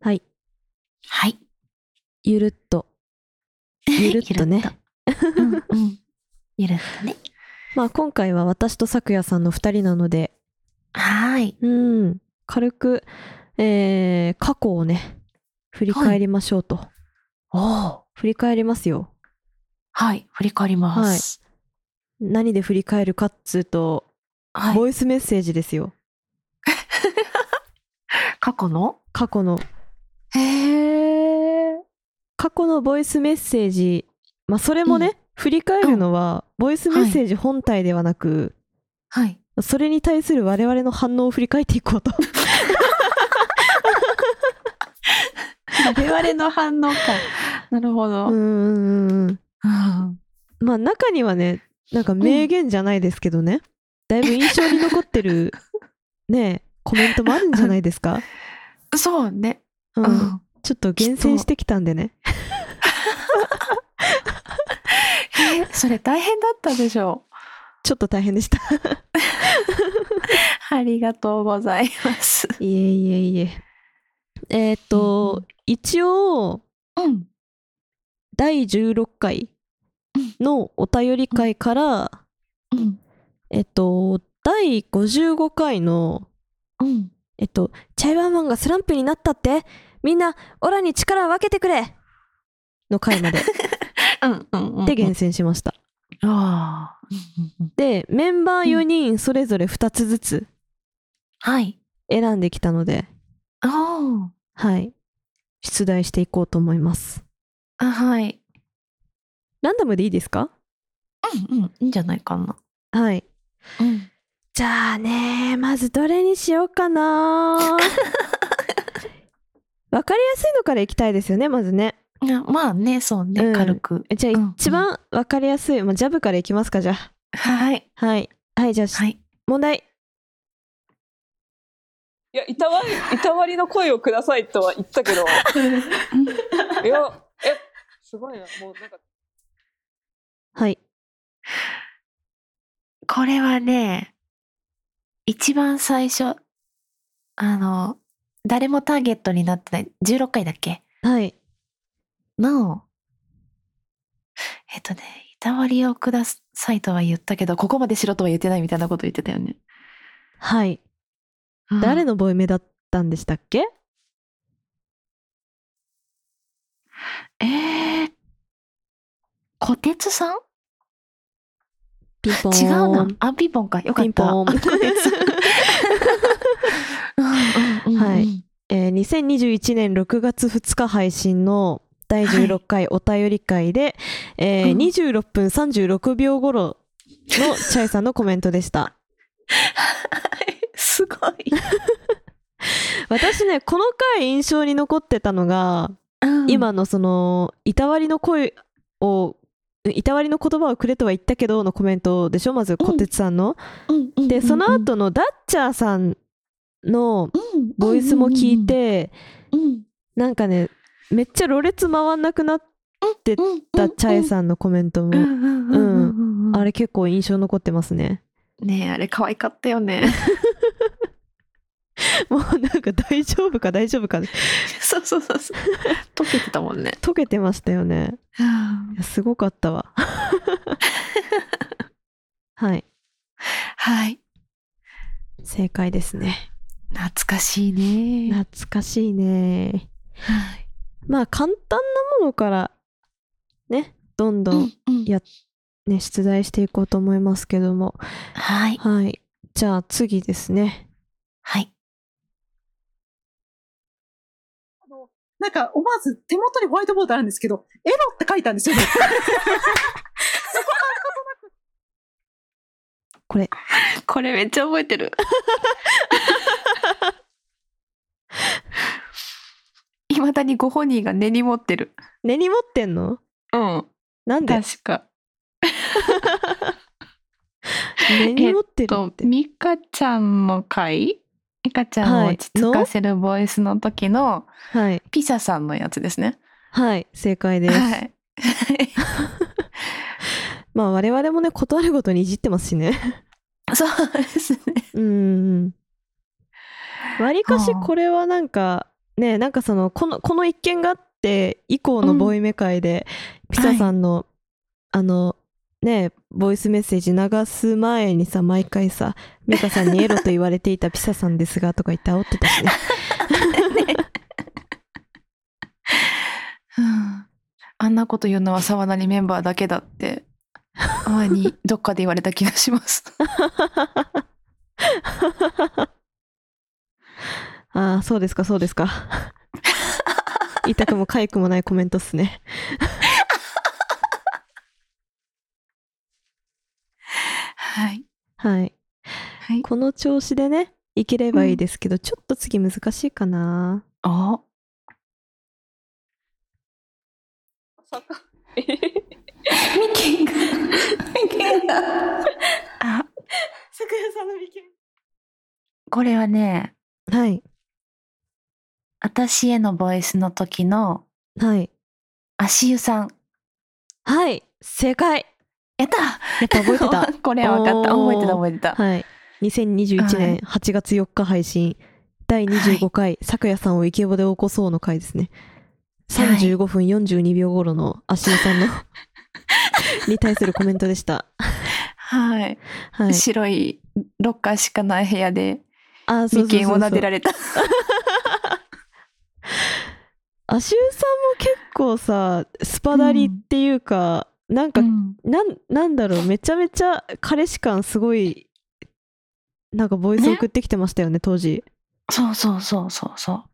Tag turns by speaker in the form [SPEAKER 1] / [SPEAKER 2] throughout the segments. [SPEAKER 1] はい。
[SPEAKER 2] はい。
[SPEAKER 1] ゆるっと。ゆるっとね
[SPEAKER 2] ゆ。るっとうんうんゆるっとね。
[SPEAKER 1] まあ今回は私と咲夜さんの2人なので、
[SPEAKER 2] はーい。
[SPEAKER 1] うん、軽く、えー過去をね、振り返りましょうと。
[SPEAKER 2] おお。
[SPEAKER 1] 振り返りますよ。
[SPEAKER 2] はい。振り返ります。
[SPEAKER 1] 何で振り返るかっつうと、
[SPEAKER 2] はい。
[SPEAKER 1] ボイスメッセージですよ。
[SPEAKER 2] 過去の
[SPEAKER 1] 過去の、
[SPEAKER 2] へえ。
[SPEAKER 1] 過去のボイスメッセージ、まあそれもね、
[SPEAKER 2] うん
[SPEAKER 1] 振り返るのは、ボイスメッセージ本体ではなく、
[SPEAKER 2] はい。
[SPEAKER 1] それに対する我々の反応を振り返っていこうと。
[SPEAKER 2] 我々の反応か。 なるほど。
[SPEAKER 1] う
[SPEAKER 2] う
[SPEAKER 1] んう
[SPEAKER 2] ん
[SPEAKER 1] んまあ中にはねなんか名言じゃないですけどね、だいぶ印象に残って るねえコメントもあるんじゃないですか、
[SPEAKER 2] そうね。
[SPEAKER 1] う
[SPEAKER 2] うんん。
[SPEAKER 1] ちょっと厳選してきたんでね
[SPEAKER 2] えそれ大変だったでしょう。
[SPEAKER 1] ちょっと大変でした
[SPEAKER 2] ありがとうございます。
[SPEAKER 1] いえいえいええーっと、
[SPEAKER 2] うん
[SPEAKER 1] 一応
[SPEAKER 2] うん。
[SPEAKER 1] 第16回のお便り会から、
[SPEAKER 2] うん。
[SPEAKER 1] えっと第55回の
[SPEAKER 2] うん。
[SPEAKER 1] えっとチャイワーマンがスランプになったってみんなオラに力を分けてくれの回まで
[SPEAKER 2] うん。う ん。
[SPEAKER 1] で厳選しました
[SPEAKER 2] ああ。
[SPEAKER 1] でメンバー4人それぞれ2つずつ
[SPEAKER 2] はい。
[SPEAKER 1] 選んできたので、
[SPEAKER 2] あ
[SPEAKER 1] はい出題していこうと思います
[SPEAKER 2] あ。はい。
[SPEAKER 1] ランダムでいいですか
[SPEAKER 2] うん。うん。いいんじゃないかな。
[SPEAKER 1] はい
[SPEAKER 2] うん。
[SPEAKER 1] じゃあねまずどれにしようかなわかりやすいのからいきたいですよねまずね
[SPEAKER 2] いやまあね、そうね、
[SPEAKER 1] うん
[SPEAKER 2] 軽く。
[SPEAKER 1] じゃ
[SPEAKER 2] うんう
[SPEAKER 1] あ
[SPEAKER 2] ん
[SPEAKER 1] 一番わかりやすい、まあ、ジャブからいきますかじゃあ
[SPEAKER 2] はい。
[SPEAKER 1] はいはいじゃあ、
[SPEAKER 2] はい。
[SPEAKER 1] 問題
[SPEAKER 3] いや、いたわ、いたわりの声をくださいとは言ったけど。いや、え、すごいな。もうなんか、
[SPEAKER 1] はい
[SPEAKER 2] これはね、一番最初、あの、誰もターゲットになってない、16回だっけ
[SPEAKER 1] はい
[SPEAKER 2] の、えっとね、いたわりをくださいとは言ったけど、ここまでしろとは言ってないみたいなこと言ってたよね。
[SPEAKER 1] はい誰
[SPEAKER 2] の
[SPEAKER 1] のボイメだったんでしたっけ
[SPEAKER 2] えー、小鉄さん
[SPEAKER 1] ピンポー
[SPEAKER 2] 違
[SPEAKER 1] ン
[SPEAKER 2] うな。あ、ピンポンか。よかった。
[SPEAKER 1] ピンポン
[SPEAKER 2] 小鉄さんうんうんうんうん
[SPEAKER 1] はい えー2021年6月2日配信の第16回お便り会で、えー
[SPEAKER 2] うん
[SPEAKER 1] 26分36秒頃のチャイさんのコメントでした
[SPEAKER 2] すごい。
[SPEAKER 1] 私ねこの回印象に残ってたのが、
[SPEAKER 2] う ん
[SPEAKER 1] 今のそのいたわりの声をいたわりの言葉をくれとは言ったけどのコメントでしょまず小鉄さんの、
[SPEAKER 2] うんうん
[SPEAKER 1] でその
[SPEAKER 2] うん
[SPEAKER 1] 後のダッチャーさんの
[SPEAKER 2] うん
[SPEAKER 1] ボイスも聞い、て、
[SPEAKER 2] うんうん
[SPEAKER 1] なんかねめっちゃろれつ回んなくなっ
[SPEAKER 2] うんうん、
[SPEAKER 1] たチャイさんのコメントも、
[SPEAKER 2] うんうんうんうんうん
[SPEAKER 1] あれ結構印象残ってますね。
[SPEAKER 2] ねえあれ可愛かったよね
[SPEAKER 1] もうなんか大丈夫か大丈夫か
[SPEAKER 2] そうそうそうそう溶けてたもんね
[SPEAKER 1] 溶けてましたよね。いやすごかった わ。はい、
[SPEAKER 2] はい
[SPEAKER 1] 正解ですね。
[SPEAKER 2] 懐かしいね
[SPEAKER 1] 懐かしいね。
[SPEAKER 2] はい
[SPEAKER 1] まあ簡単なものからね、どんどん
[SPEAKER 2] うんうん
[SPEAKER 1] やね、出題していこうと思いますけども。
[SPEAKER 2] はい
[SPEAKER 1] はい。じゃあ次ですね。
[SPEAKER 2] はい
[SPEAKER 4] なんか、思わず手元にホワイトボードあるんですけど、エロって書いたんですよね。
[SPEAKER 1] これ、
[SPEAKER 2] これめっちゃ覚えてる いまだにご本人が根に持ってる
[SPEAKER 1] 根に持ってんの
[SPEAKER 2] うん
[SPEAKER 1] なんで
[SPEAKER 2] 確か
[SPEAKER 1] 根に持ってる
[SPEAKER 2] と
[SPEAKER 1] って。
[SPEAKER 2] ミカちゃんの回ミカちゃんを落ち着かせるボイスの時の
[SPEAKER 1] はい。
[SPEAKER 2] ピサさんのやつですね。
[SPEAKER 1] はい。正解です。
[SPEAKER 2] はい。
[SPEAKER 1] まあ我々もね断るごとにいじってますし ね
[SPEAKER 2] そうですね。
[SPEAKER 1] うんわりかしこれはなんかねなんかそのこのこの一件があって以降のボイメ会で、ピサさんの、あのねボイスメッセージ流す前にさ毎回さ「美香さんにエロと言われていたピサさんです が」とか言って煽ってたしね
[SPEAKER 2] うんあんなこと言うのは沢なりメンバーだけだって、前にどっかで言われた気がします。
[SPEAKER 1] ああそうですかそうですか 痛くも痒くもないコメントっすね
[SPEAKER 2] はい。
[SPEAKER 1] はい
[SPEAKER 2] はい。
[SPEAKER 1] この調子でねいければいいですけど、ちょっと次難しいかな
[SPEAKER 2] あ
[SPEAKER 3] まさか。えへへ
[SPEAKER 5] ミキンが、ミキンが。
[SPEAKER 2] あ、
[SPEAKER 5] さくやさんのミキン。
[SPEAKER 2] これはね、
[SPEAKER 1] はい
[SPEAKER 2] 私へのボイスの時の
[SPEAKER 1] はい
[SPEAKER 2] 足湯さん。
[SPEAKER 1] はい正解
[SPEAKER 2] やった
[SPEAKER 1] やっぱ覚えてた
[SPEAKER 2] これは分かった。
[SPEAKER 1] おー
[SPEAKER 2] 覚えてた覚えてた。
[SPEAKER 1] はい。2021年8月4日配信、第25回、さくやさんをイケボで起こそうの回ですね。
[SPEAKER 2] はい
[SPEAKER 1] 35分42秒頃の足湯さ んのに対するコメントでした。
[SPEAKER 2] はい。
[SPEAKER 1] はい。
[SPEAKER 2] 白いロッカーしかない部屋で、
[SPEAKER 1] あ、そうそうそうそう
[SPEAKER 2] 眉間を撫でられた。
[SPEAKER 1] 足湯さんも結構さ、スパダリっていうか、なんか、
[SPEAKER 2] うん
[SPEAKER 1] なん、なんだろう、めちゃめちゃ彼氏感すごい、なんかボイス送ってきてましたよね、当時。
[SPEAKER 2] そうそうそうそうそう。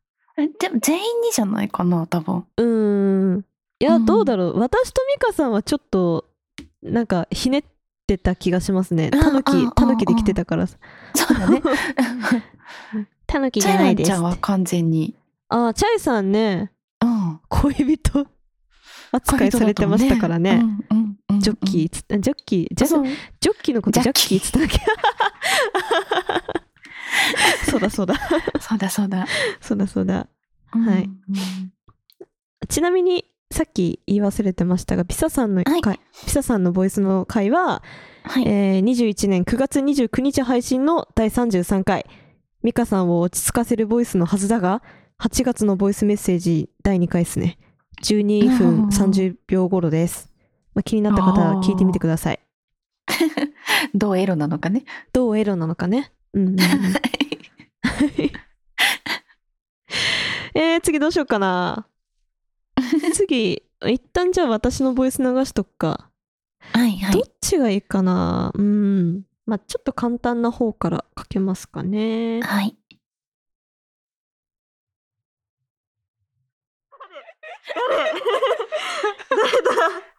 [SPEAKER 2] えでも全員にじゃないかな、多分。
[SPEAKER 1] うーん。いや、
[SPEAKER 2] うん
[SPEAKER 1] どうだろう。私と美香さんはちょっと、なんか、ひねってた気がしますね。
[SPEAKER 2] うん
[SPEAKER 1] たぬ
[SPEAKER 2] うんうん
[SPEAKER 1] き、たぬきで来てたから。
[SPEAKER 2] そうだ ね。
[SPEAKER 1] たぬき
[SPEAKER 2] チャイランちゃんは完全に。
[SPEAKER 1] ああ、チャイさんね、
[SPEAKER 2] うん。
[SPEAKER 1] 恋人扱いされてましたからね。
[SPEAKER 2] うんうんうんうん
[SPEAKER 1] ジョッキーっつジョッキー、ジャ
[SPEAKER 2] そう
[SPEAKER 1] ジョッキーのことジ
[SPEAKER 2] ジ
[SPEAKER 1] ャ
[SPEAKER 2] ャ
[SPEAKER 1] ッ
[SPEAKER 2] ッ
[SPEAKER 1] キ
[SPEAKER 2] キ
[SPEAKER 1] ー
[SPEAKER 2] ー
[SPEAKER 1] っつっただけ。 そうだそうだ、
[SPEAKER 2] そうだそうだ。
[SPEAKER 1] そうだそうだ。い
[SPEAKER 2] うん。
[SPEAKER 1] ちなみに、さっき言い忘れてましたが、ピサさんの回、
[SPEAKER 2] は
[SPEAKER 1] ピサさんのボイスの回は、
[SPEAKER 2] はい。
[SPEAKER 1] えー、21年9月29日配信の第33回「美香さんを落ち着かせるボイス」のはずだが8月のボイスメッセージ第2回ですね12分
[SPEAKER 2] あー
[SPEAKER 1] 30秒頃です、まあ、気になった方は聞いてみてください
[SPEAKER 2] どうエロなのかね。
[SPEAKER 1] どうエロなのかねうんうんうん えー、次どうしようか な次一旦じゃあ私のボイス流しとくか
[SPEAKER 2] はいは
[SPEAKER 1] どっ。ちがいいかなうん。まあ、ちょっと簡単な方から書けますかね。
[SPEAKER 2] はい。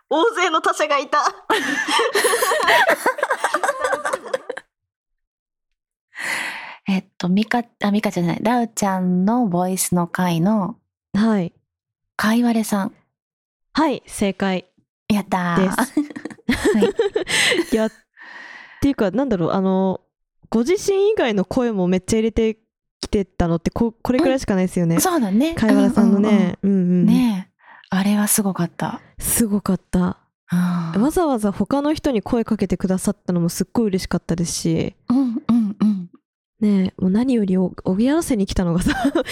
[SPEAKER 5] 大勢の他者がいた。
[SPEAKER 2] えっと、ミカ、あ、ミカじゃない、ラウちゃんのボイスの回の、
[SPEAKER 1] はい。
[SPEAKER 2] かいわれさん。
[SPEAKER 1] はい、正解
[SPEAKER 2] やった
[SPEAKER 1] で
[SPEAKER 2] ー。
[SPEAKER 1] す。いや、っていうか、なんだろう、あの、ご自身以外の声もめっちゃ入れてきてたのって、ここれくらいしかない ですよね。
[SPEAKER 2] そうだね。
[SPEAKER 1] 貝原さんの
[SPEAKER 2] ううう
[SPEAKER 1] ね。うんうん
[SPEAKER 2] ん。。ねえあれはすごかった。
[SPEAKER 1] すごかった。
[SPEAKER 2] うん
[SPEAKER 1] わざわざ他の人に声かけてくださったのもすっごい嬉しかったですし。
[SPEAKER 2] うんうんうん。
[SPEAKER 1] ねえもう何よりおおぎやらせに来たのがさ なんか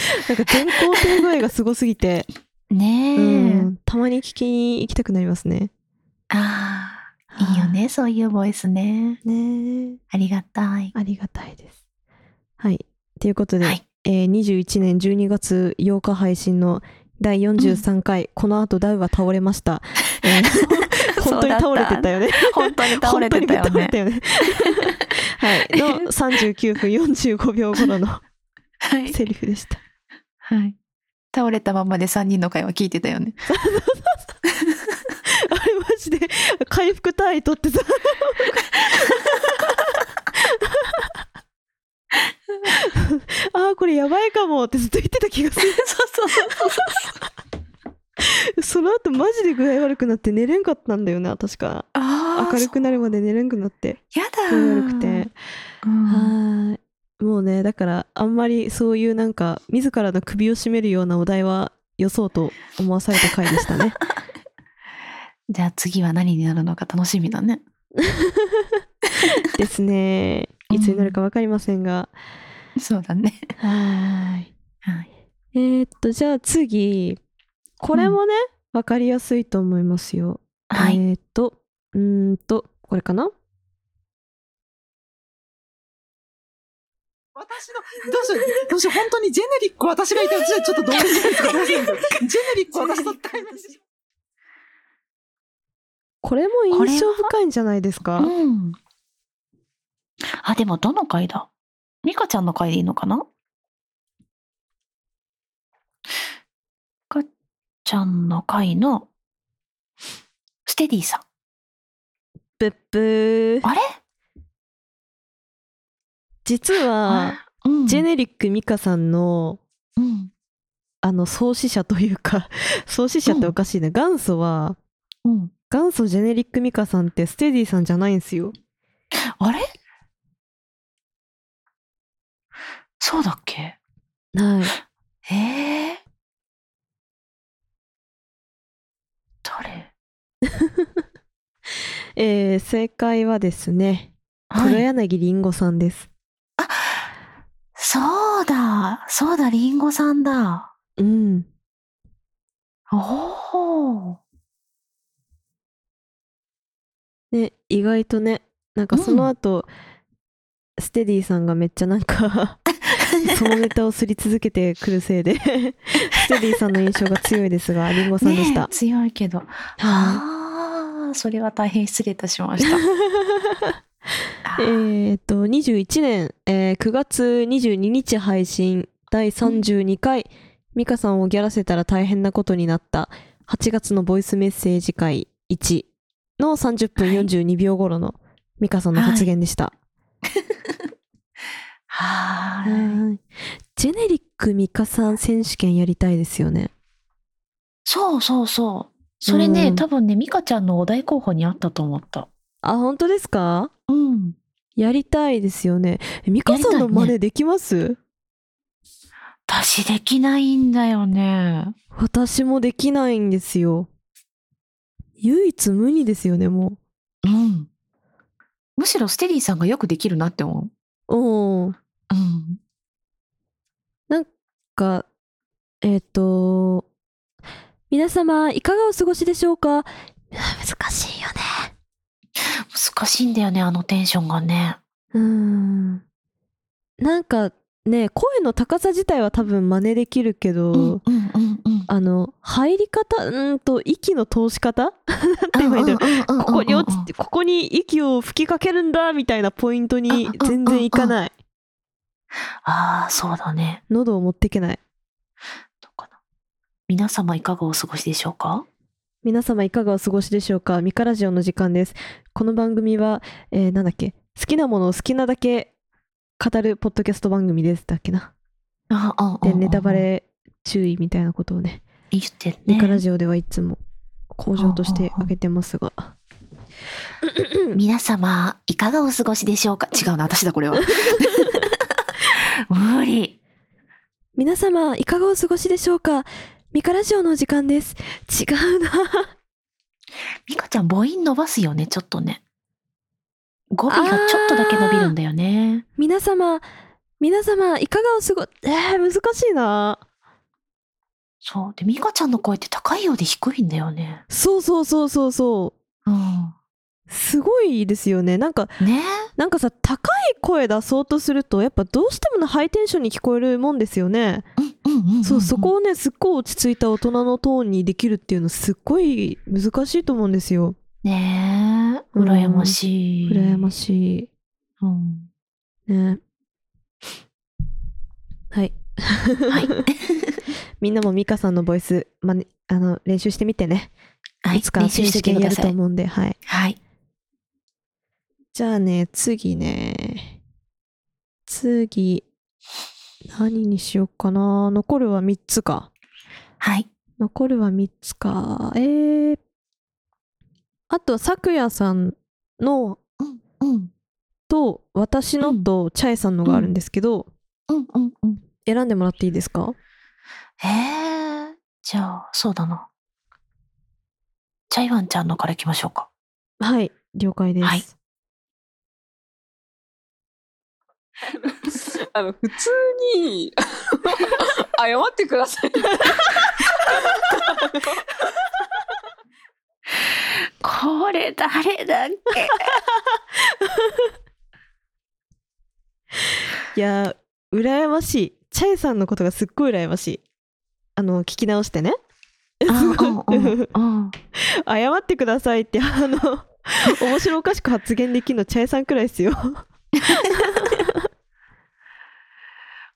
[SPEAKER 1] 全校生具合がすごすぎ て
[SPEAKER 2] ね
[SPEAKER 1] う
[SPEAKER 2] え。
[SPEAKER 1] ん、たまに聞きに行きたくなりますね。
[SPEAKER 2] ああ、いいよね、そういうボイスね。
[SPEAKER 1] ねえ
[SPEAKER 2] ありがたい。
[SPEAKER 1] ありがたいです。はい。ということで、
[SPEAKER 2] はい
[SPEAKER 1] えー21年12月8日配信の第43回、この後ダウは倒れました。 えー本当に倒れてたよね。
[SPEAKER 2] 本当に倒れてたよ
[SPEAKER 1] 本当に倒れ
[SPEAKER 2] ね
[SPEAKER 1] た。よ ね。はい。の39分45秒頃の
[SPEAKER 2] はい。
[SPEAKER 1] セリフでした。
[SPEAKER 2] はい。倒れたままで3人の会話聞いてたよね。
[SPEAKER 1] あれマジで回復単位取ってさ。ああこれやばいかもってずっと言ってた気がする
[SPEAKER 2] そうそうそう。
[SPEAKER 1] その後マジで具合悪くなって寝れんかったんだよな確か
[SPEAKER 2] ああ、
[SPEAKER 1] 明るくなるまで寝れんくなって
[SPEAKER 2] やだ
[SPEAKER 1] 具合
[SPEAKER 2] ー。
[SPEAKER 1] 悪くて
[SPEAKER 2] うん。
[SPEAKER 1] はーいもうねだからあんまりそういうなんか自らの首を絞めるようなお題はよそうと思わされた回でした ね
[SPEAKER 2] じゃあ次は何になるのか楽しみだね。
[SPEAKER 1] ですねいつになるかわかりませんが、
[SPEAKER 2] そうだね。
[SPEAKER 1] はーい
[SPEAKER 2] はい。
[SPEAKER 1] ええーっとじゃあ次これもね、わかりやすいと思いますよ。
[SPEAKER 2] はい
[SPEAKER 1] えーっとうーんとこれかな
[SPEAKER 4] 私の、どうしよう、どうしよう、本当にジェネリック私がいたうちはちょっとどうにかしてほしいんだけどジェネリック私だったら
[SPEAKER 1] これも印象深いんじゃないですか
[SPEAKER 2] うん。あ、でもどの回だミカちゃんの回でいいのかなミカちゃんの回のステディさん。
[SPEAKER 1] ブッブー
[SPEAKER 2] あれ
[SPEAKER 1] 実は、
[SPEAKER 2] うん、
[SPEAKER 1] ジェネリックミカさんの
[SPEAKER 2] うん。
[SPEAKER 1] あの創始者というか創始者っておかしいね、元祖は
[SPEAKER 2] うん。
[SPEAKER 1] 元祖ジェネリックミカさんってステディさんじゃないんですよ
[SPEAKER 2] あれそうだっけ
[SPEAKER 1] はい
[SPEAKER 2] ええ誰
[SPEAKER 1] えー正解はですね黒
[SPEAKER 2] はい
[SPEAKER 1] 柳りんごさんです、
[SPEAKER 2] そうだそうだ、リンゴさんだ。
[SPEAKER 1] うん
[SPEAKER 2] おお。
[SPEAKER 1] ね意外とねなんかその後、ステディさんがめっちゃなんか そのネタをすり続けてくるせい でステディさんの印象が強いですがりんごさんでした、
[SPEAKER 2] ねえ強いけど。
[SPEAKER 1] は
[SPEAKER 2] ああ、それは大変失礼いたしました。あ
[SPEAKER 1] い、え
[SPEAKER 2] ー
[SPEAKER 1] ーっと21年、えー9月22日配信第32回、ミカさんをギャラせたら大変なことになった8月のボイスメッセージ会1の30分42秒頃のミカさんの発言でした、
[SPEAKER 2] は
[SPEAKER 1] は
[SPEAKER 2] ーい。
[SPEAKER 1] ーいジェネリックミカさん選手権やりたいですよね。
[SPEAKER 2] そうそうそう。それね、
[SPEAKER 1] うん
[SPEAKER 2] 多分ね、ミカちゃんのお題候補にあったと思った。
[SPEAKER 1] あ、本当ですか
[SPEAKER 2] うん。
[SPEAKER 1] やりたいですよね。えミカさんの真似できます、
[SPEAKER 2] 私できないんだよね。
[SPEAKER 1] 私もできないんですよ。唯一無二ですよね、も
[SPEAKER 2] うん。むしろステディさんがよくできるなって思
[SPEAKER 1] う。うん。
[SPEAKER 2] う。うん。
[SPEAKER 1] が、えっ、と、皆様、いかがお過ごしでしょうか難しいよね。
[SPEAKER 2] 難しいんだよね、あのテンションがね。
[SPEAKER 1] うーん。なんかね、声の高さ自体は多分真似できるけど、
[SPEAKER 2] うんうんうんうん。
[SPEAKER 1] あの入り方うーんと息の通し方 なんて言えばいいんだろう
[SPEAKER 2] うんうんうんうんうん
[SPEAKER 1] ここに落ちてここに息を吹きかけるんだみたいなポイントに
[SPEAKER 2] うんうん
[SPEAKER 1] 全然いかない
[SPEAKER 2] ああ、そうだね。
[SPEAKER 1] 喉を持ってけない
[SPEAKER 2] どうかな皆様いかがお過ごしでしょうか
[SPEAKER 1] 皆様いかがお過ごしでしょうかミカラジオの時間ですこの番組は、えーなんだっけ好きなものを好きなだけ語るポッドキャスト番組ですだっけな
[SPEAKER 2] ああ
[SPEAKER 1] でネタバレ注意みたいなことをね
[SPEAKER 2] 言ってね
[SPEAKER 1] ミカラジオではいつも工場としてあげてますが
[SPEAKER 2] 皆様いかがお過ごしでしょうか違うな私だこれは 無理
[SPEAKER 1] 皆様いかがお過ごしでしょうかミカラジオのお時間です違うな
[SPEAKER 2] ミカちゃん母音伸ばすよねちょっとね語尾がちょっとだけ伸びるんだよね
[SPEAKER 1] 皆様皆様いかがお過ごえー、難しいな
[SPEAKER 2] そうでミカちゃんの声って高いようで低いんだよね
[SPEAKER 1] そうそうそうそうそ
[SPEAKER 2] うん
[SPEAKER 1] うすごいですよねなんか
[SPEAKER 2] ね
[SPEAKER 1] なんかさ高い声出そうとするとやっぱどうしてもねハイテンションに聞こえるもんですよね、
[SPEAKER 2] うんうんんんん
[SPEAKER 1] そうそこをねすっごい落ち着いた大人のトーンにできるっていうのすっごい難しいと思うんですよ
[SPEAKER 2] ねえ
[SPEAKER 1] うん
[SPEAKER 2] 羨ましい
[SPEAKER 1] 羨ま
[SPEAKER 2] い、
[SPEAKER 1] し
[SPEAKER 2] うん、
[SPEAKER 1] いねはい
[SPEAKER 2] はい
[SPEAKER 1] みんなもミカさんのボイス、まね、あの練習してみてね。
[SPEAKER 2] はい
[SPEAKER 1] いつか
[SPEAKER 2] 練習
[SPEAKER 1] 選
[SPEAKER 2] し
[SPEAKER 1] 手
[SPEAKER 2] てき
[SPEAKER 1] 権
[SPEAKER 2] てく
[SPEAKER 1] や
[SPEAKER 2] だ
[SPEAKER 1] る
[SPEAKER 2] さ
[SPEAKER 1] と
[SPEAKER 2] い
[SPEAKER 1] 思うんで、はい。
[SPEAKER 2] はい
[SPEAKER 1] じゃあね、次ね。次、何にしようかな。残るは3つか。
[SPEAKER 2] はい
[SPEAKER 1] 残るは3つか。えー。あと、さくやさんの
[SPEAKER 2] うん
[SPEAKER 1] と、私のと、チャエさんのがあるんですけど、
[SPEAKER 2] うんうんうん
[SPEAKER 1] 選んでもらっていいですか
[SPEAKER 2] ええじゃあ、そうだな。チャイワンちゃんのから行きましょうか。
[SPEAKER 1] はい、了解です。
[SPEAKER 2] はい
[SPEAKER 3] あの、普通に、謝ってください。
[SPEAKER 2] これ誰だっけ
[SPEAKER 1] いやー羨ましいチャイさんのことがすっごい羨ましいあの聞き直してねすごい
[SPEAKER 2] うん
[SPEAKER 1] 謝ってくださいってあ の面白おかしく発言できるのチャイさんくらいですよ
[SPEAKER 2] は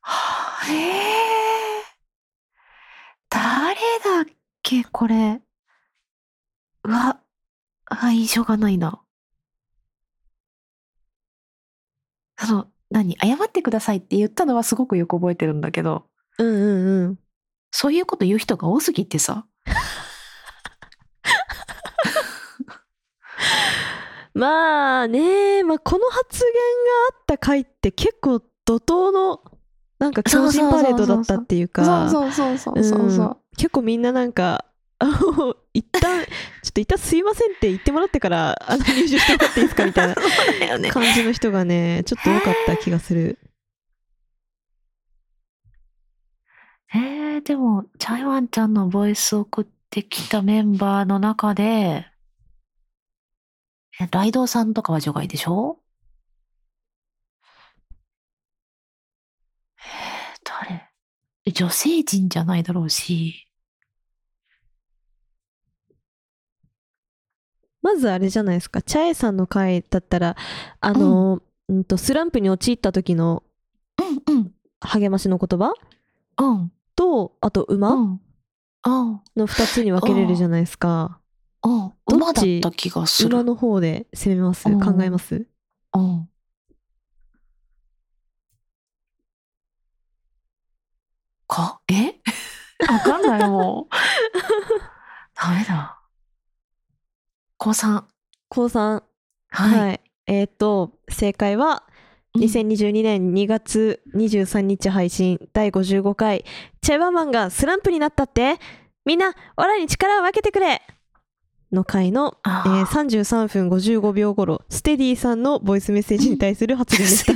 [SPEAKER 2] あえー誰だっけこれうわあ印象がないなその何謝ってくださいって言ったのはすごくよく覚えてるんだけど
[SPEAKER 1] うんうんうん
[SPEAKER 2] そういうこと言う人が多すぎてさ
[SPEAKER 1] まあね、まあ、この発言があった回って結構怒涛のなんか強靭パレードだったっていうか
[SPEAKER 5] そうそうそうそうそう
[SPEAKER 1] うん結構みんななんかあの一旦ちょっと一旦すいませんって言ってもらってからあの入手してもらっていいですかみ たいな
[SPEAKER 2] だよね
[SPEAKER 1] 感じの人がねちょっと多かった気がする
[SPEAKER 2] えー、でも、チャイワンちゃんのボイスを送ってきたメンバーの中で、え、ライドウさんとかは除外でしょえー、誰え女性陣じゃないだろうし。
[SPEAKER 1] まずあれじゃないですかチャエさんの回だったらあの、うんとスランプに陥った時の
[SPEAKER 2] うん、
[SPEAKER 1] 励ましの言葉
[SPEAKER 2] うん、
[SPEAKER 1] とあと
[SPEAKER 2] う
[SPEAKER 1] 馬
[SPEAKER 2] ん、うん、
[SPEAKER 1] の2つに分けれるじゃないですか
[SPEAKER 2] うん。
[SPEAKER 1] どっち
[SPEAKER 2] 馬だった気がす
[SPEAKER 1] 馬
[SPEAKER 2] る。
[SPEAKER 1] の方で攻めます
[SPEAKER 2] うん
[SPEAKER 1] 考えます
[SPEAKER 2] うん。か、え わかんないも う。ダメだ。高三。
[SPEAKER 1] 高3
[SPEAKER 2] はい。
[SPEAKER 1] はい、えっ、と正解は
[SPEAKER 2] うん
[SPEAKER 1] 2022年2月23日配信第55回「チャイワーマンがスランプになったってみんなオラに力を分けてくれ!」の回の、え
[SPEAKER 2] あー
[SPEAKER 1] ー、33分55秒頃ステディさんのボイスメッセージに対する発言で した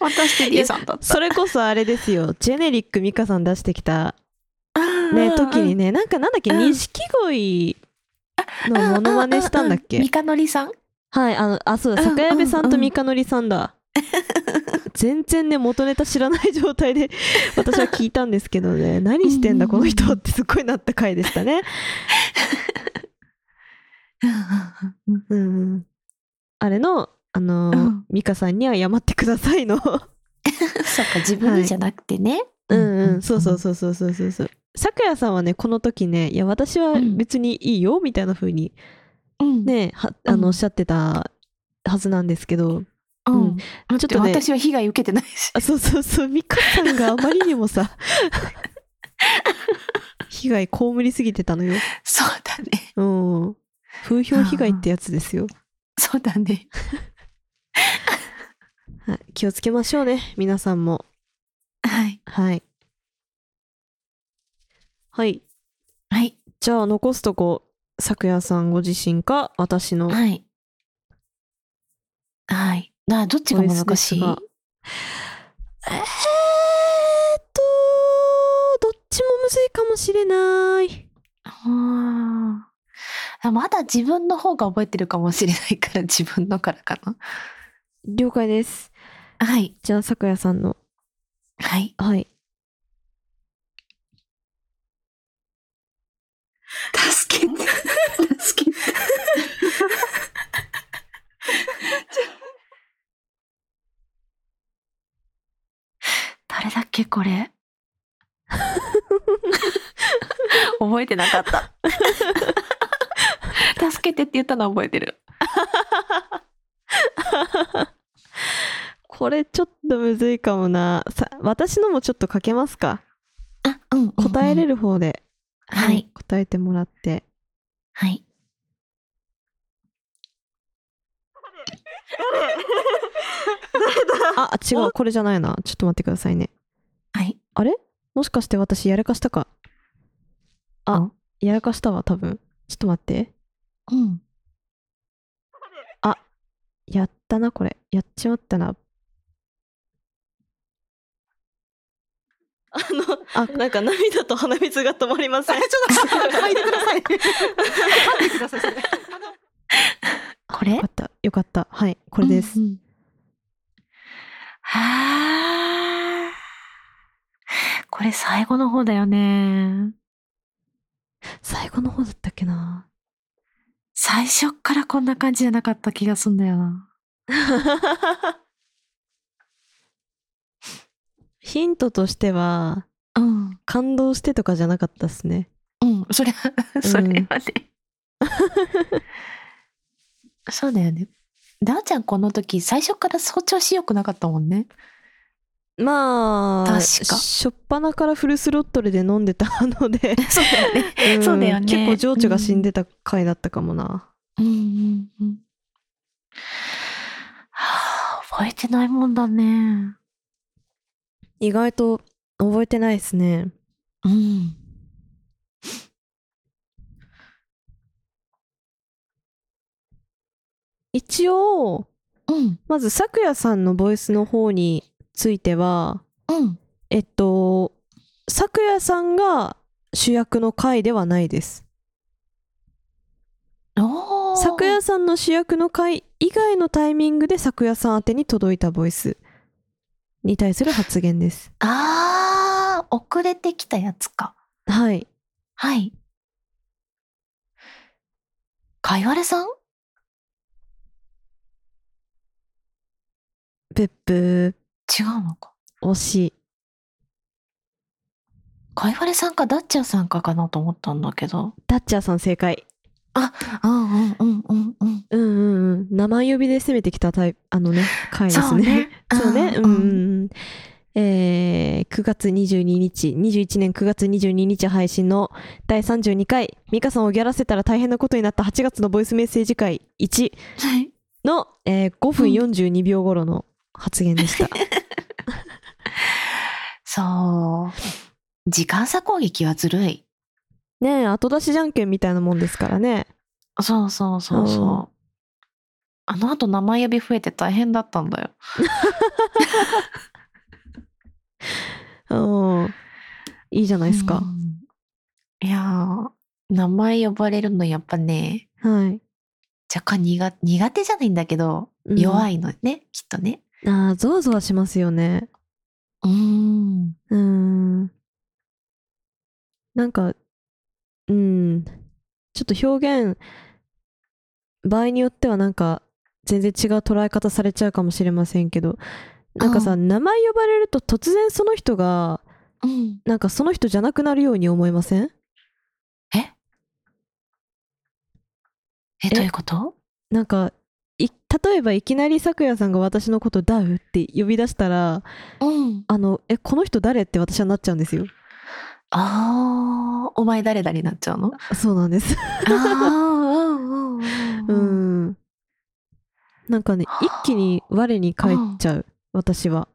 [SPEAKER 2] またして
[SPEAKER 1] いや
[SPEAKER 2] さんだっ
[SPEAKER 1] それこそあれですよジェネリックミカさん出してきたね時にねなんかなんだっけ
[SPEAKER 2] うん
[SPEAKER 1] 錦鯉のモノマネしたんだっけ
[SPEAKER 2] ミカノリさん
[SPEAKER 1] はい、あの、あ、そうだ、
[SPEAKER 2] うん
[SPEAKER 1] 坂矢部さん
[SPEAKER 2] うんう
[SPEAKER 1] と
[SPEAKER 2] ん
[SPEAKER 1] 三日のりさんだ。 全然ね、元ネタ知らない状態で、私は聞いたんですけどね、何してんだ、この人ってすっごいなった回でしたね。うんうん。あれの、あのー
[SPEAKER 2] うん、
[SPEAKER 1] 美香さんには謝ってくださいの。
[SPEAKER 2] そっか、自分にじゃなくてね。
[SPEAKER 1] うんうん、そうそうそうそうそうそうそう。咲夜さんはね、この時ね、いや、私は別にいいよ、みたいな風に
[SPEAKER 2] うん。
[SPEAKER 1] ね、はあ
[SPEAKER 2] うん
[SPEAKER 1] の、おっしゃってたはずなんですけど、
[SPEAKER 2] う
[SPEAKER 1] うん
[SPEAKER 2] ん。
[SPEAKER 1] ょっ
[SPEAKER 2] ちょっ
[SPEAKER 1] と
[SPEAKER 2] と
[SPEAKER 1] ね
[SPEAKER 2] 私は被害受けてないし。
[SPEAKER 1] あそうそうそう美香さんがあまりにも さ被害被りすぎてたのよ、
[SPEAKER 2] そうだね。
[SPEAKER 1] うん、風評被害ってやつですよ、
[SPEAKER 2] そうだね。
[SPEAKER 1] はい、気をつけましょうね皆さんも
[SPEAKER 2] はい。
[SPEAKER 1] はいはい
[SPEAKER 2] はい。
[SPEAKER 1] じゃあ残すとこさくやさんご自身か私の
[SPEAKER 2] はい。はい。などっちが難しい
[SPEAKER 1] ボイスですがえーっとどっちもむずいかもしれない
[SPEAKER 2] あーまだ自分の方が覚えてるかもしれないから 自分のからかな。
[SPEAKER 1] 了解です
[SPEAKER 2] はい。
[SPEAKER 1] じゃあさくやさんの
[SPEAKER 2] はい。
[SPEAKER 1] はい
[SPEAKER 5] 助けて。助けて。
[SPEAKER 2] 誰だっけこれ。 覚えてなかった。 助けてって言ったのは覚えてる。
[SPEAKER 1] これちょっとむずいかもなさ私のもちょっと書けますか
[SPEAKER 2] あ、うん。
[SPEAKER 1] 答えれ
[SPEAKER 2] る。
[SPEAKER 1] る方で、
[SPEAKER 2] はい
[SPEAKER 1] 答えてもら って
[SPEAKER 2] はい。
[SPEAKER 1] あ違うこれじゃないなちょっと待ってくださいね
[SPEAKER 2] はい。
[SPEAKER 1] もしかして私やらかしたかあ
[SPEAKER 2] ん
[SPEAKER 1] やらかしたわ多分ちょっと待って
[SPEAKER 2] うん。
[SPEAKER 1] やったなこれやっちまったなあの、なんか涙と鼻水が止まりま せん
[SPEAKER 4] え。ちょっと嗅いでください。嗅いでください。それ
[SPEAKER 2] これ
[SPEAKER 1] よかった、よかった。はい、これです。
[SPEAKER 2] うんうんはあ。これ最後の方だよね。
[SPEAKER 1] 最後の方だったっけな。
[SPEAKER 2] 最初っからこんな感じじゃなかった気がすんだよな。
[SPEAKER 1] ヒントとしては、
[SPEAKER 2] うん。
[SPEAKER 1] 感動してとかじゃなかったっすね。
[SPEAKER 2] うん。それは、それは ね。そうだよね。だーちゃんこの時、最初から早調子良くなかったもんね。
[SPEAKER 1] まあ、
[SPEAKER 2] 確か
[SPEAKER 1] しょっぱなからフルスロットルで飲んでたの で、
[SPEAKER 2] そうだよね。
[SPEAKER 1] ん
[SPEAKER 2] そうだよね
[SPEAKER 1] 結構情緒が死んでた回だったかもな。
[SPEAKER 2] うんうんうん。はあ、覚えてないもんだね。
[SPEAKER 1] 意外と覚えてないですね。
[SPEAKER 2] うん。
[SPEAKER 1] 一応、
[SPEAKER 2] うん。
[SPEAKER 1] まず、さくやさんのボイスの方については、
[SPEAKER 2] うん。
[SPEAKER 1] えっと、さくやさんが主役の回ではないです。
[SPEAKER 2] おー
[SPEAKER 1] さくやさんの主役の回以外のタイミングでさくやさん宛てに届いたボイスに対する発言です。
[SPEAKER 2] あー、遅れてきたやつか。
[SPEAKER 1] はい。
[SPEAKER 2] はい。かいわれさん
[SPEAKER 1] ペップ、
[SPEAKER 2] 違うのか。
[SPEAKER 1] 惜しい。
[SPEAKER 2] かいわれさんかダッチャーさんかかなと思ったんだけど。
[SPEAKER 1] ダッチャーさん正解。
[SPEAKER 2] うんうんうんうんうん。
[SPEAKER 1] うんうんうん。名前呼びで攻めてきたタイプ、あの ね、回ですね。。 そうね、うんうんうん。えー、9月22日、21年9月22日配信の第32回、ミカさんをギャラせたら大変なことになった8月のボイスメッセージ会1
[SPEAKER 2] はい。
[SPEAKER 1] の、えー5分42秒頃の発言でした。
[SPEAKER 2] そう。時間差攻撃はずるい。
[SPEAKER 1] ねえ、後出しじゃんけんみたいなもんですからね。
[SPEAKER 2] そうそうそう
[SPEAKER 1] うん
[SPEAKER 2] そう。あの後名前呼び増えて大変だったんだよ。
[SPEAKER 1] うん。いいじゃないですか
[SPEAKER 2] う。ん。いやー、名前呼ばれるのやっぱね、
[SPEAKER 1] はい。
[SPEAKER 2] 若干苦苦手じゃないんだけど、
[SPEAKER 1] うん
[SPEAKER 2] 弱いのね、きっとね。
[SPEAKER 1] ああ、ゾワゾワしますよね。
[SPEAKER 2] うん。
[SPEAKER 1] うーん。なんか、うん。ちょっと表現、場合によってはなんか、全然違う捉え方されちゃうかもしれませんけど、なんか
[SPEAKER 2] あ
[SPEAKER 1] さ、名前呼ばれると突然その人が、
[SPEAKER 2] うん。
[SPEAKER 1] なんかその人じゃなくなるように思いません
[SPEAKER 2] ええ、どういうこと
[SPEAKER 1] なんか、い例えばいきなりさくやさんが私のことダウって呼び出したら、
[SPEAKER 2] うん。
[SPEAKER 1] あの、え、この人誰って私はなっちゃうんですよ。
[SPEAKER 2] ああ、お前誰だになっちゃうの
[SPEAKER 1] そうなんです。
[SPEAKER 2] ああ、うんうん
[SPEAKER 1] う
[SPEAKER 2] うん。
[SPEAKER 1] ん。なんかね、一気に我に返っちゃう、私は。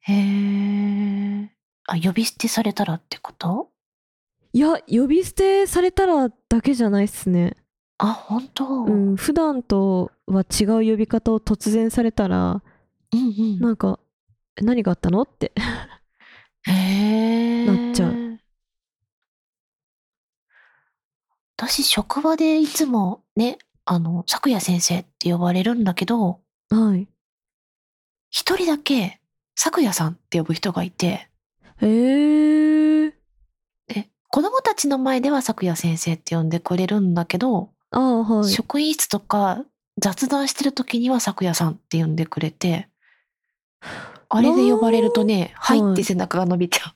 [SPEAKER 2] へえ。あ、呼び捨てされたらってこと
[SPEAKER 1] いや、呼び捨てされたらだけじゃないっすね。
[SPEAKER 2] あ、本当う
[SPEAKER 1] うんん、普段とは違う呼び方を突然されたら、
[SPEAKER 2] うん。
[SPEAKER 1] なんか、え何があったのって。
[SPEAKER 2] へえ。
[SPEAKER 1] なっちゃう。
[SPEAKER 2] 私、職場でいつもね、あの、昨夜先生って呼ばれるんだけど、
[SPEAKER 1] はい。
[SPEAKER 2] 一人だけ、昨夜さんって呼ぶ人がいて、
[SPEAKER 1] へー。
[SPEAKER 2] で子供たちの前では昨夜先生って呼んでくれるんだけど、
[SPEAKER 1] ああ、はい。
[SPEAKER 2] 職員室とか雑談してる時には昨夜さんって呼んでくれて、あれで呼ばれるとね、は
[SPEAKER 1] ー
[SPEAKER 2] いって背中が伸びちゃう。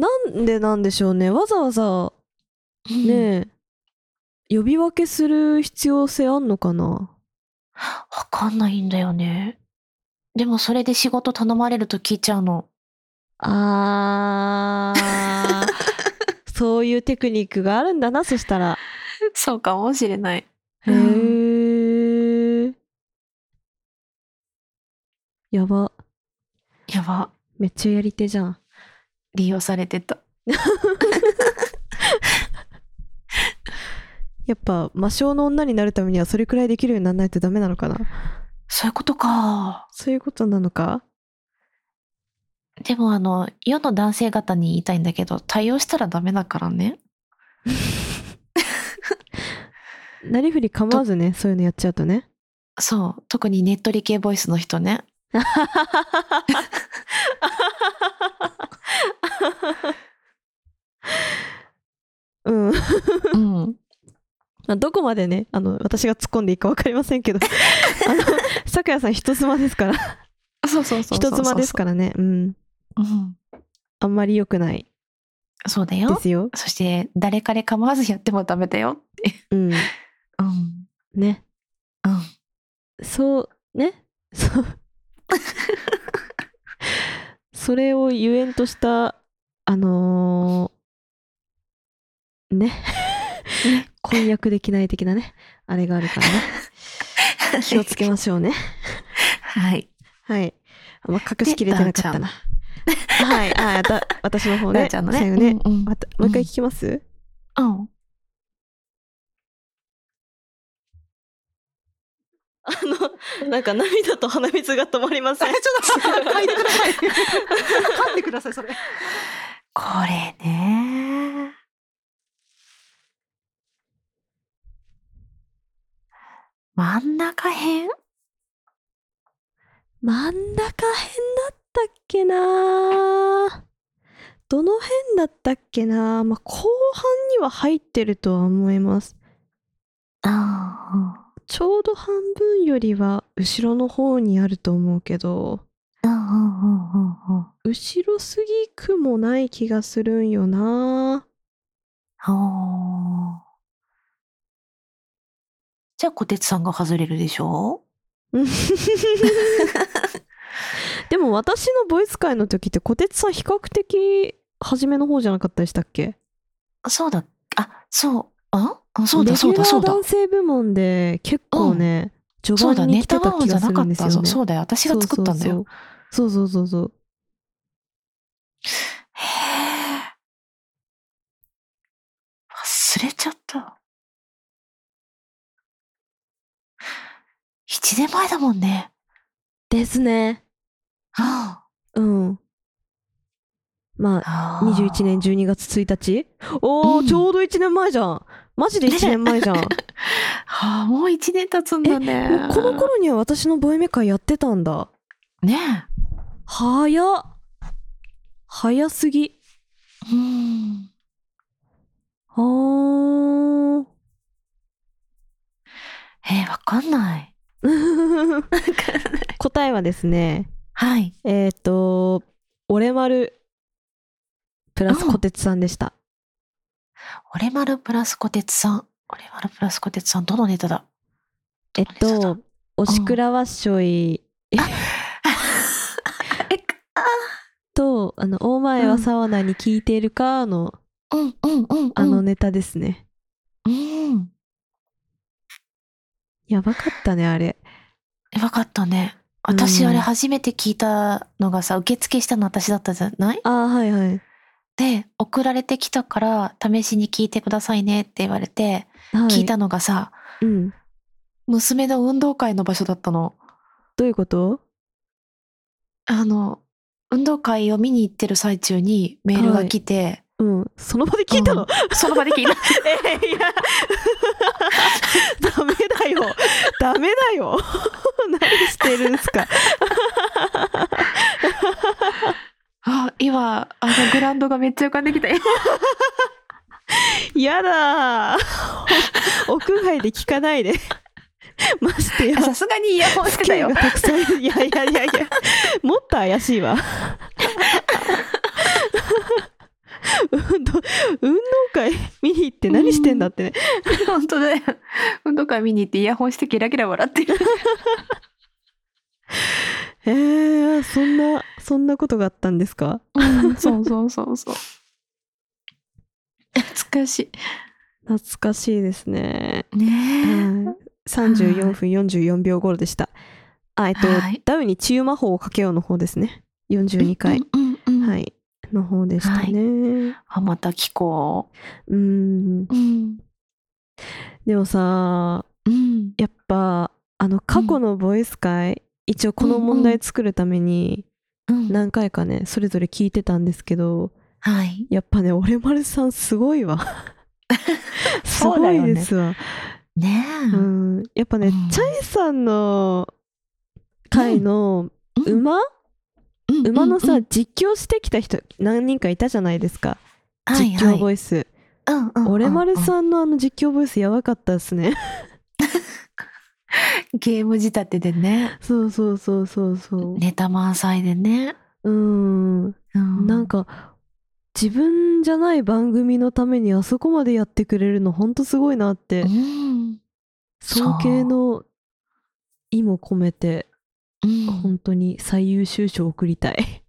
[SPEAKER 1] なんでなんでしょうね。わざわざ、
[SPEAKER 2] うん
[SPEAKER 1] ねえ、呼び分けする必要性あんのかな
[SPEAKER 2] わかんないんだよね。でもそれで仕事頼まれると聞いちゃうの。
[SPEAKER 1] あー そういうテクニックがあるんだなそしたら
[SPEAKER 2] そうかもしれない。
[SPEAKER 1] へえやば
[SPEAKER 2] やば。
[SPEAKER 1] めっちゃやり手じゃん
[SPEAKER 2] 利用されてた。
[SPEAKER 1] やっぱ魔性の女になるためにはそれくらいできるようにならないとダメなのかな
[SPEAKER 2] そういうことか。
[SPEAKER 1] そういうことなのか
[SPEAKER 2] でもあの、世の男性方に言いたいんだけど、対応したらダメだからね。
[SPEAKER 1] なりふり構わずねそういうのやっちゃうとね
[SPEAKER 2] そう。特にねっとり系ボイスの人ね。
[SPEAKER 1] うん
[SPEAKER 2] うん。
[SPEAKER 1] まあどこまでねあの私が突っ込んでいいか分かりませんけ どあのさくやさん人妻ですから
[SPEAKER 2] そうそうそうそうそう。
[SPEAKER 1] 人妻ですからねうん
[SPEAKER 2] うん。
[SPEAKER 1] あんまり良くない
[SPEAKER 2] そうだ
[SPEAKER 1] で
[SPEAKER 2] よ。
[SPEAKER 1] すよ
[SPEAKER 2] そして、誰彼構わずやってもダメだよって。
[SPEAKER 1] うん
[SPEAKER 2] うん。
[SPEAKER 1] ね
[SPEAKER 2] うん。
[SPEAKER 1] そうねそうそれをゆえんとしたあのーね 婚約できない的なねあれがあるからね 気をつけましょうね
[SPEAKER 2] はい。
[SPEAKER 1] はいあんま隠しきれてなかったなはいあ だ私の方
[SPEAKER 2] な
[SPEAKER 1] ね
[SPEAKER 2] あちゃんのね。
[SPEAKER 1] 最後ね、
[SPEAKER 2] うんうん
[SPEAKER 1] またもう一回聞きます、
[SPEAKER 2] うん。
[SPEAKER 1] あのなんか涙と鼻水が止まりません
[SPEAKER 4] ちょっと噛んでください。噛んでください、それ。
[SPEAKER 2] これね。真ん中辺
[SPEAKER 1] 真ん中辺だったっけなどの辺だったっけなまあ、後半には入ってるとは思います
[SPEAKER 2] あ
[SPEAKER 1] ちょうど半分よりは後ろの方にあると思うけど
[SPEAKER 2] あ。うんうんうんうんうん。
[SPEAKER 1] 後ろすぎくもない気がするんよな
[SPEAKER 2] ああ。じゃあ、小鉄さんが外れるでしょ
[SPEAKER 1] うんでも私のボイス会の時って小鉄さん比較的初めの方じゃなかったでしたっけ
[SPEAKER 2] そうだ。あ、そう。ああそうだ、そうだ、そうだ
[SPEAKER 1] レギュラー男。性部門で結構ね、
[SPEAKER 2] そ
[SPEAKER 1] 序
[SPEAKER 2] うだ、
[SPEAKER 1] 盤に
[SPEAKER 2] ネ
[SPEAKER 1] 来て
[SPEAKER 2] タ
[SPEAKER 1] た
[SPEAKER 2] 番
[SPEAKER 1] 気
[SPEAKER 2] じゃ
[SPEAKER 1] がす
[SPEAKER 2] な
[SPEAKER 1] る
[SPEAKER 2] か
[SPEAKER 1] ん
[SPEAKER 2] っ
[SPEAKER 1] です
[SPEAKER 2] た
[SPEAKER 1] よ、ね、
[SPEAKER 2] ぞ。そうだよ。私が作ったんだよ。
[SPEAKER 1] そうそうそうそう
[SPEAKER 2] へえ。忘れちゃった。7年前だもんね。
[SPEAKER 1] ですね
[SPEAKER 2] あ
[SPEAKER 1] うんまあ
[SPEAKER 2] あ
[SPEAKER 1] 21年。12月1日おお、
[SPEAKER 2] うん
[SPEAKER 1] ちょうど1年前じゃんマジで1年前じゃ んもう
[SPEAKER 2] はあ、もう1年経つんだね。
[SPEAKER 1] この頃には私のボイメ会やってたんだ
[SPEAKER 2] ね
[SPEAKER 1] 早っ早すぎ
[SPEAKER 2] え。うん。
[SPEAKER 1] あー
[SPEAKER 2] えー、わかんない。
[SPEAKER 1] 答えはですね
[SPEAKER 2] はい。
[SPEAKER 1] えっ、ー、と、俺丸プラス
[SPEAKER 2] うん
[SPEAKER 1] 小鉄さんでした。
[SPEAKER 2] 俺丸プラス小鉄さん。俺丸プラス小鉄さん、どのネタだ
[SPEAKER 1] えっ
[SPEAKER 2] どのネタだ
[SPEAKER 1] と、おしくらわっしょいと、あの、お前はサワナに聞いているかの、
[SPEAKER 2] うんうんうんうん。
[SPEAKER 1] あの、ネタですね。
[SPEAKER 2] うん。
[SPEAKER 1] やばかったね、あれ。
[SPEAKER 2] えわかったね。私、
[SPEAKER 1] うん
[SPEAKER 2] あれ初めて聞いたのがさ、受付したの私だったじゃない
[SPEAKER 1] ああ、はいはい。
[SPEAKER 2] で、送られてきたから、試しに聞いてくださいねって言われて、
[SPEAKER 1] はい、
[SPEAKER 2] 聞いたのがさ、
[SPEAKER 1] うん。
[SPEAKER 2] 娘の運動会の場所だったの。
[SPEAKER 1] どういうこと
[SPEAKER 2] あの、運動会を見に行ってる最中にメールが来て、
[SPEAKER 1] うん。その場で聞いたの、
[SPEAKER 2] うん その場で聞いた。
[SPEAKER 1] えーいや ダメだよダメだよ 何してるんすか
[SPEAKER 2] あ、今、あのグラウンドがめっちゃ浮かんできた よ。
[SPEAKER 1] やだー 屋外で聞かないで ましてや
[SPEAKER 2] さすがにイヤホンしてたよ
[SPEAKER 1] ス。ケールがたくさんいやいやいやいやもっと怪しいわ 運動運動会見に行って何してんだってね、
[SPEAKER 2] 本当だよ。運動会見に行ってイヤホンしてギラギラ笑ってる。
[SPEAKER 1] えー、そんなそんなことがあったんですか
[SPEAKER 2] そうそうそうそう。懐かし
[SPEAKER 1] 懐かしいですね
[SPEAKER 2] い。ね
[SPEAKER 1] はい34分44秒頃でした。あ、えっと、
[SPEAKER 2] はい
[SPEAKER 1] ダウに治癒魔法をかけようの方ですね。42回。。
[SPEAKER 2] うんうんうん、
[SPEAKER 1] はい。の方でしたね。
[SPEAKER 2] あ、また聞こ
[SPEAKER 1] うん。
[SPEAKER 2] う。うん。
[SPEAKER 1] でもさ、
[SPEAKER 2] うん。
[SPEAKER 1] やっぱ、あの、過去のボイス会、一応この問題作るために、
[SPEAKER 2] うん
[SPEAKER 1] 何回かねそれぞれ聞いてたんですけど
[SPEAKER 2] はい。
[SPEAKER 1] やっぱねオレマルさんすごいわす
[SPEAKER 2] そう
[SPEAKER 1] ご
[SPEAKER 2] だ
[SPEAKER 1] い
[SPEAKER 2] よね
[SPEAKER 1] ですわ
[SPEAKER 2] ねえ。
[SPEAKER 1] うんやっぱね、
[SPEAKER 2] うん
[SPEAKER 1] チャイさんの回の
[SPEAKER 2] うんうん
[SPEAKER 1] 馬、
[SPEAKER 2] うん
[SPEAKER 1] 馬のさ、
[SPEAKER 2] うん
[SPEAKER 1] 実況してきた人何人かいたじゃないですか、
[SPEAKER 2] うんはい
[SPEAKER 1] 実
[SPEAKER 2] は
[SPEAKER 1] 況
[SPEAKER 2] い
[SPEAKER 1] ボイス、
[SPEAKER 2] うんうん
[SPEAKER 1] オレマル
[SPEAKER 2] うんうん
[SPEAKER 1] さんのあの実況ボイスやばかったですね
[SPEAKER 2] ゲーム仕立てでね
[SPEAKER 1] そうそうそうそうそう、
[SPEAKER 2] ネタ満載でね、
[SPEAKER 1] うん
[SPEAKER 2] う
[SPEAKER 1] なんか自分じゃない番組のためにあそこまでやってくれるのほんとすごいなって
[SPEAKER 2] うん
[SPEAKER 1] 尊敬の意も込めて
[SPEAKER 2] うん
[SPEAKER 1] 本当に最優秀賞を送りたい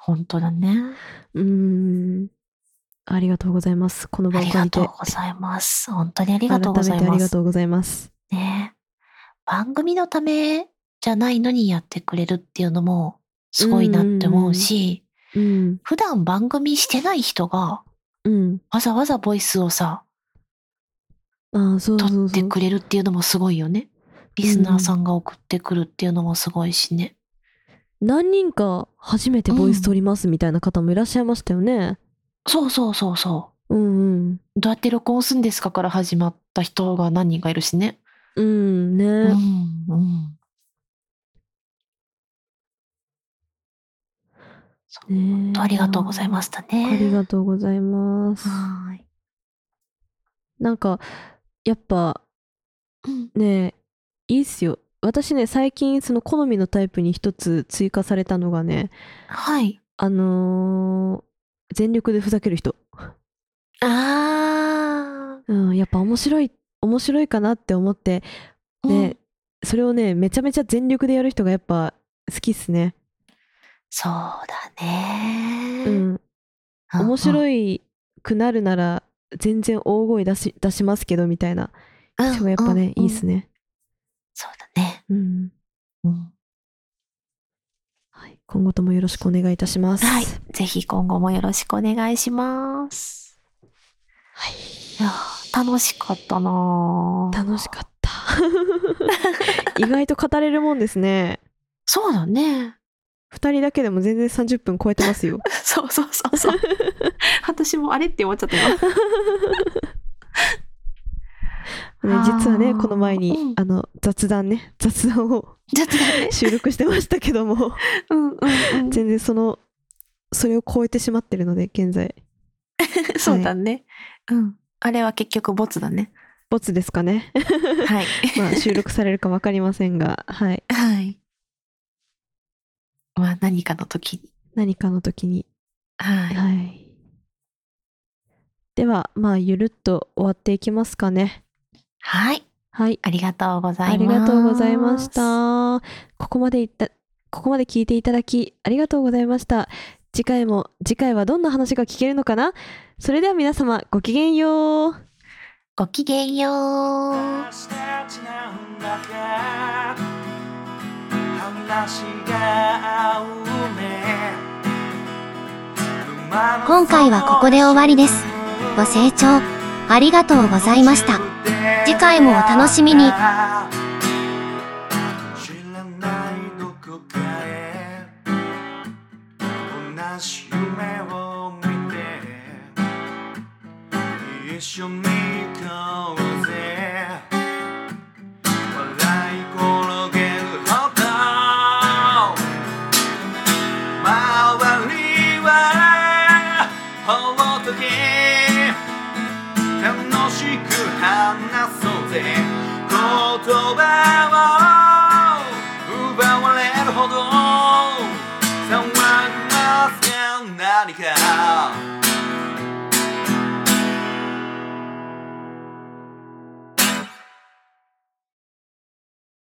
[SPEAKER 2] 本当だね
[SPEAKER 1] うんありがとうございますこの
[SPEAKER 2] あ
[SPEAKER 1] 場を
[SPEAKER 2] り
[SPEAKER 1] 借
[SPEAKER 2] が
[SPEAKER 1] りて
[SPEAKER 2] とうございます本当にありが
[SPEAKER 1] 改
[SPEAKER 2] とうござ
[SPEAKER 1] め
[SPEAKER 2] い
[SPEAKER 1] てあ
[SPEAKER 2] ま
[SPEAKER 1] りが
[SPEAKER 2] す
[SPEAKER 1] とうございます
[SPEAKER 2] ね番組のためじゃないのにやってくれるっていうのもすごいなって思うし、
[SPEAKER 1] うん
[SPEAKER 2] 普段番組してない人が
[SPEAKER 1] うん
[SPEAKER 2] わざわざボイスをさ
[SPEAKER 1] ああそうそうそ
[SPEAKER 2] 撮
[SPEAKER 1] う
[SPEAKER 2] ってくれるっていうのもすごいよねリスナーさんが送ってくるっていうのもすごいしね、
[SPEAKER 1] 何人か初めてボイス撮りますみたいな方もいらっしゃいましたよね
[SPEAKER 2] そうそうそうそう
[SPEAKER 1] うん
[SPEAKER 2] どうやって録音するんですかから始まった人が何人かいるしね。
[SPEAKER 1] うんうんね、
[SPEAKER 2] うん、うん。そう
[SPEAKER 1] ねえ
[SPEAKER 2] 本当ありがとうございましたね。
[SPEAKER 1] ありがとうございます。
[SPEAKER 2] はーい。
[SPEAKER 1] なんかやっぱ
[SPEAKER 2] うん
[SPEAKER 1] ねいいっすよ。私ね最近その好みのタイプに一つ追加されたのがね
[SPEAKER 2] はい。
[SPEAKER 1] あのー全力でふざける人、
[SPEAKER 2] あ
[SPEAKER 1] うん、やっぱ面白い面白いかなって思って
[SPEAKER 2] ー。
[SPEAKER 1] ね、
[SPEAKER 2] うん
[SPEAKER 1] それをねめちゃめちゃ全力でやる人がやっぱ好きっすね。
[SPEAKER 2] そうだね。
[SPEAKER 1] う。ん、面白いくなるなら全然大声出し出しますけどみたいな人がやっぱねいいっす
[SPEAKER 2] ね。
[SPEAKER 1] ね。
[SPEAKER 2] そうだね。
[SPEAKER 1] うん
[SPEAKER 2] うん。
[SPEAKER 1] はい、今後ともよろしくお願いいたします。
[SPEAKER 2] はい。ぜひ今後もよろしくお願いします。
[SPEAKER 1] はい
[SPEAKER 2] いやー楽しかったなー
[SPEAKER 1] 楽しか った。意外と語れるもんですね。
[SPEAKER 2] そうだね。
[SPEAKER 1] 二人だけでも全然30分超えてますよ。
[SPEAKER 2] そうそうそうそう。私もあれって思っちゃったよ。
[SPEAKER 1] ね
[SPEAKER 2] あー
[SPEAKER 1] 実はね、この前に、
[SPEAKER 2] うん
[SPEAKER 1] あの雑談ね、雑談 を
[SPEAKER 2] ちょっとね。
[SPEAKER 1] 収録してましたけども、
[SPEAKER 2] うんうんうん。
[SPEAKER 1] 全然その、それを超えてしまってるので、現在、
[SPEAKER 2] そうだね。うん。あれは結局ボツだね。
[SPEAKER 1] ボツですかね。
[SPEAKER 2] はい。
[SPEAKER 1] まあ、収録されるかわかりませんが、はい。
[SPEAKER 2] はい。まあ何かの時に。
[SPEAKER 1] 何かの時に。
[SPEAKER 2] はい。
[SPEAKER 1] はい。では、まあ、ゆるっと終わっていきますかね。
[SPEAKER 2] はい。
[SPEAKER 1] はい。
[SPEAKER 2] ありがとうござ
[SPEAKER 1] あ
[SPEAKER 2] い
[SPEAKER 1] り
[SPEAKER 2] ま
[SPEAKER 1] が
[SPEAKER 2] す。
[SPEAKER 1] とうございまし。た。ここまでいった、ここまで聞いていただき、ありがとうございました。次回も、次回はどんな話が聞けるのかなそれでは皆様、ごきげんよう。
[SPEAKER 2] ごきげんよう。
[SPEAKER 6] 私たちなんだか話が合うね
[SPEAKER 7] 今回はここで終わりです。ご清聴ありがとうございました。次回もお楽しみに
[SPEAKER 6] 知らないどこかへ同じ夢を見て一緒に行こうぜ笑い転げるほど周りはほっとけ楽しく話そうぜ言葉を奪われるほど騒ぎますが何か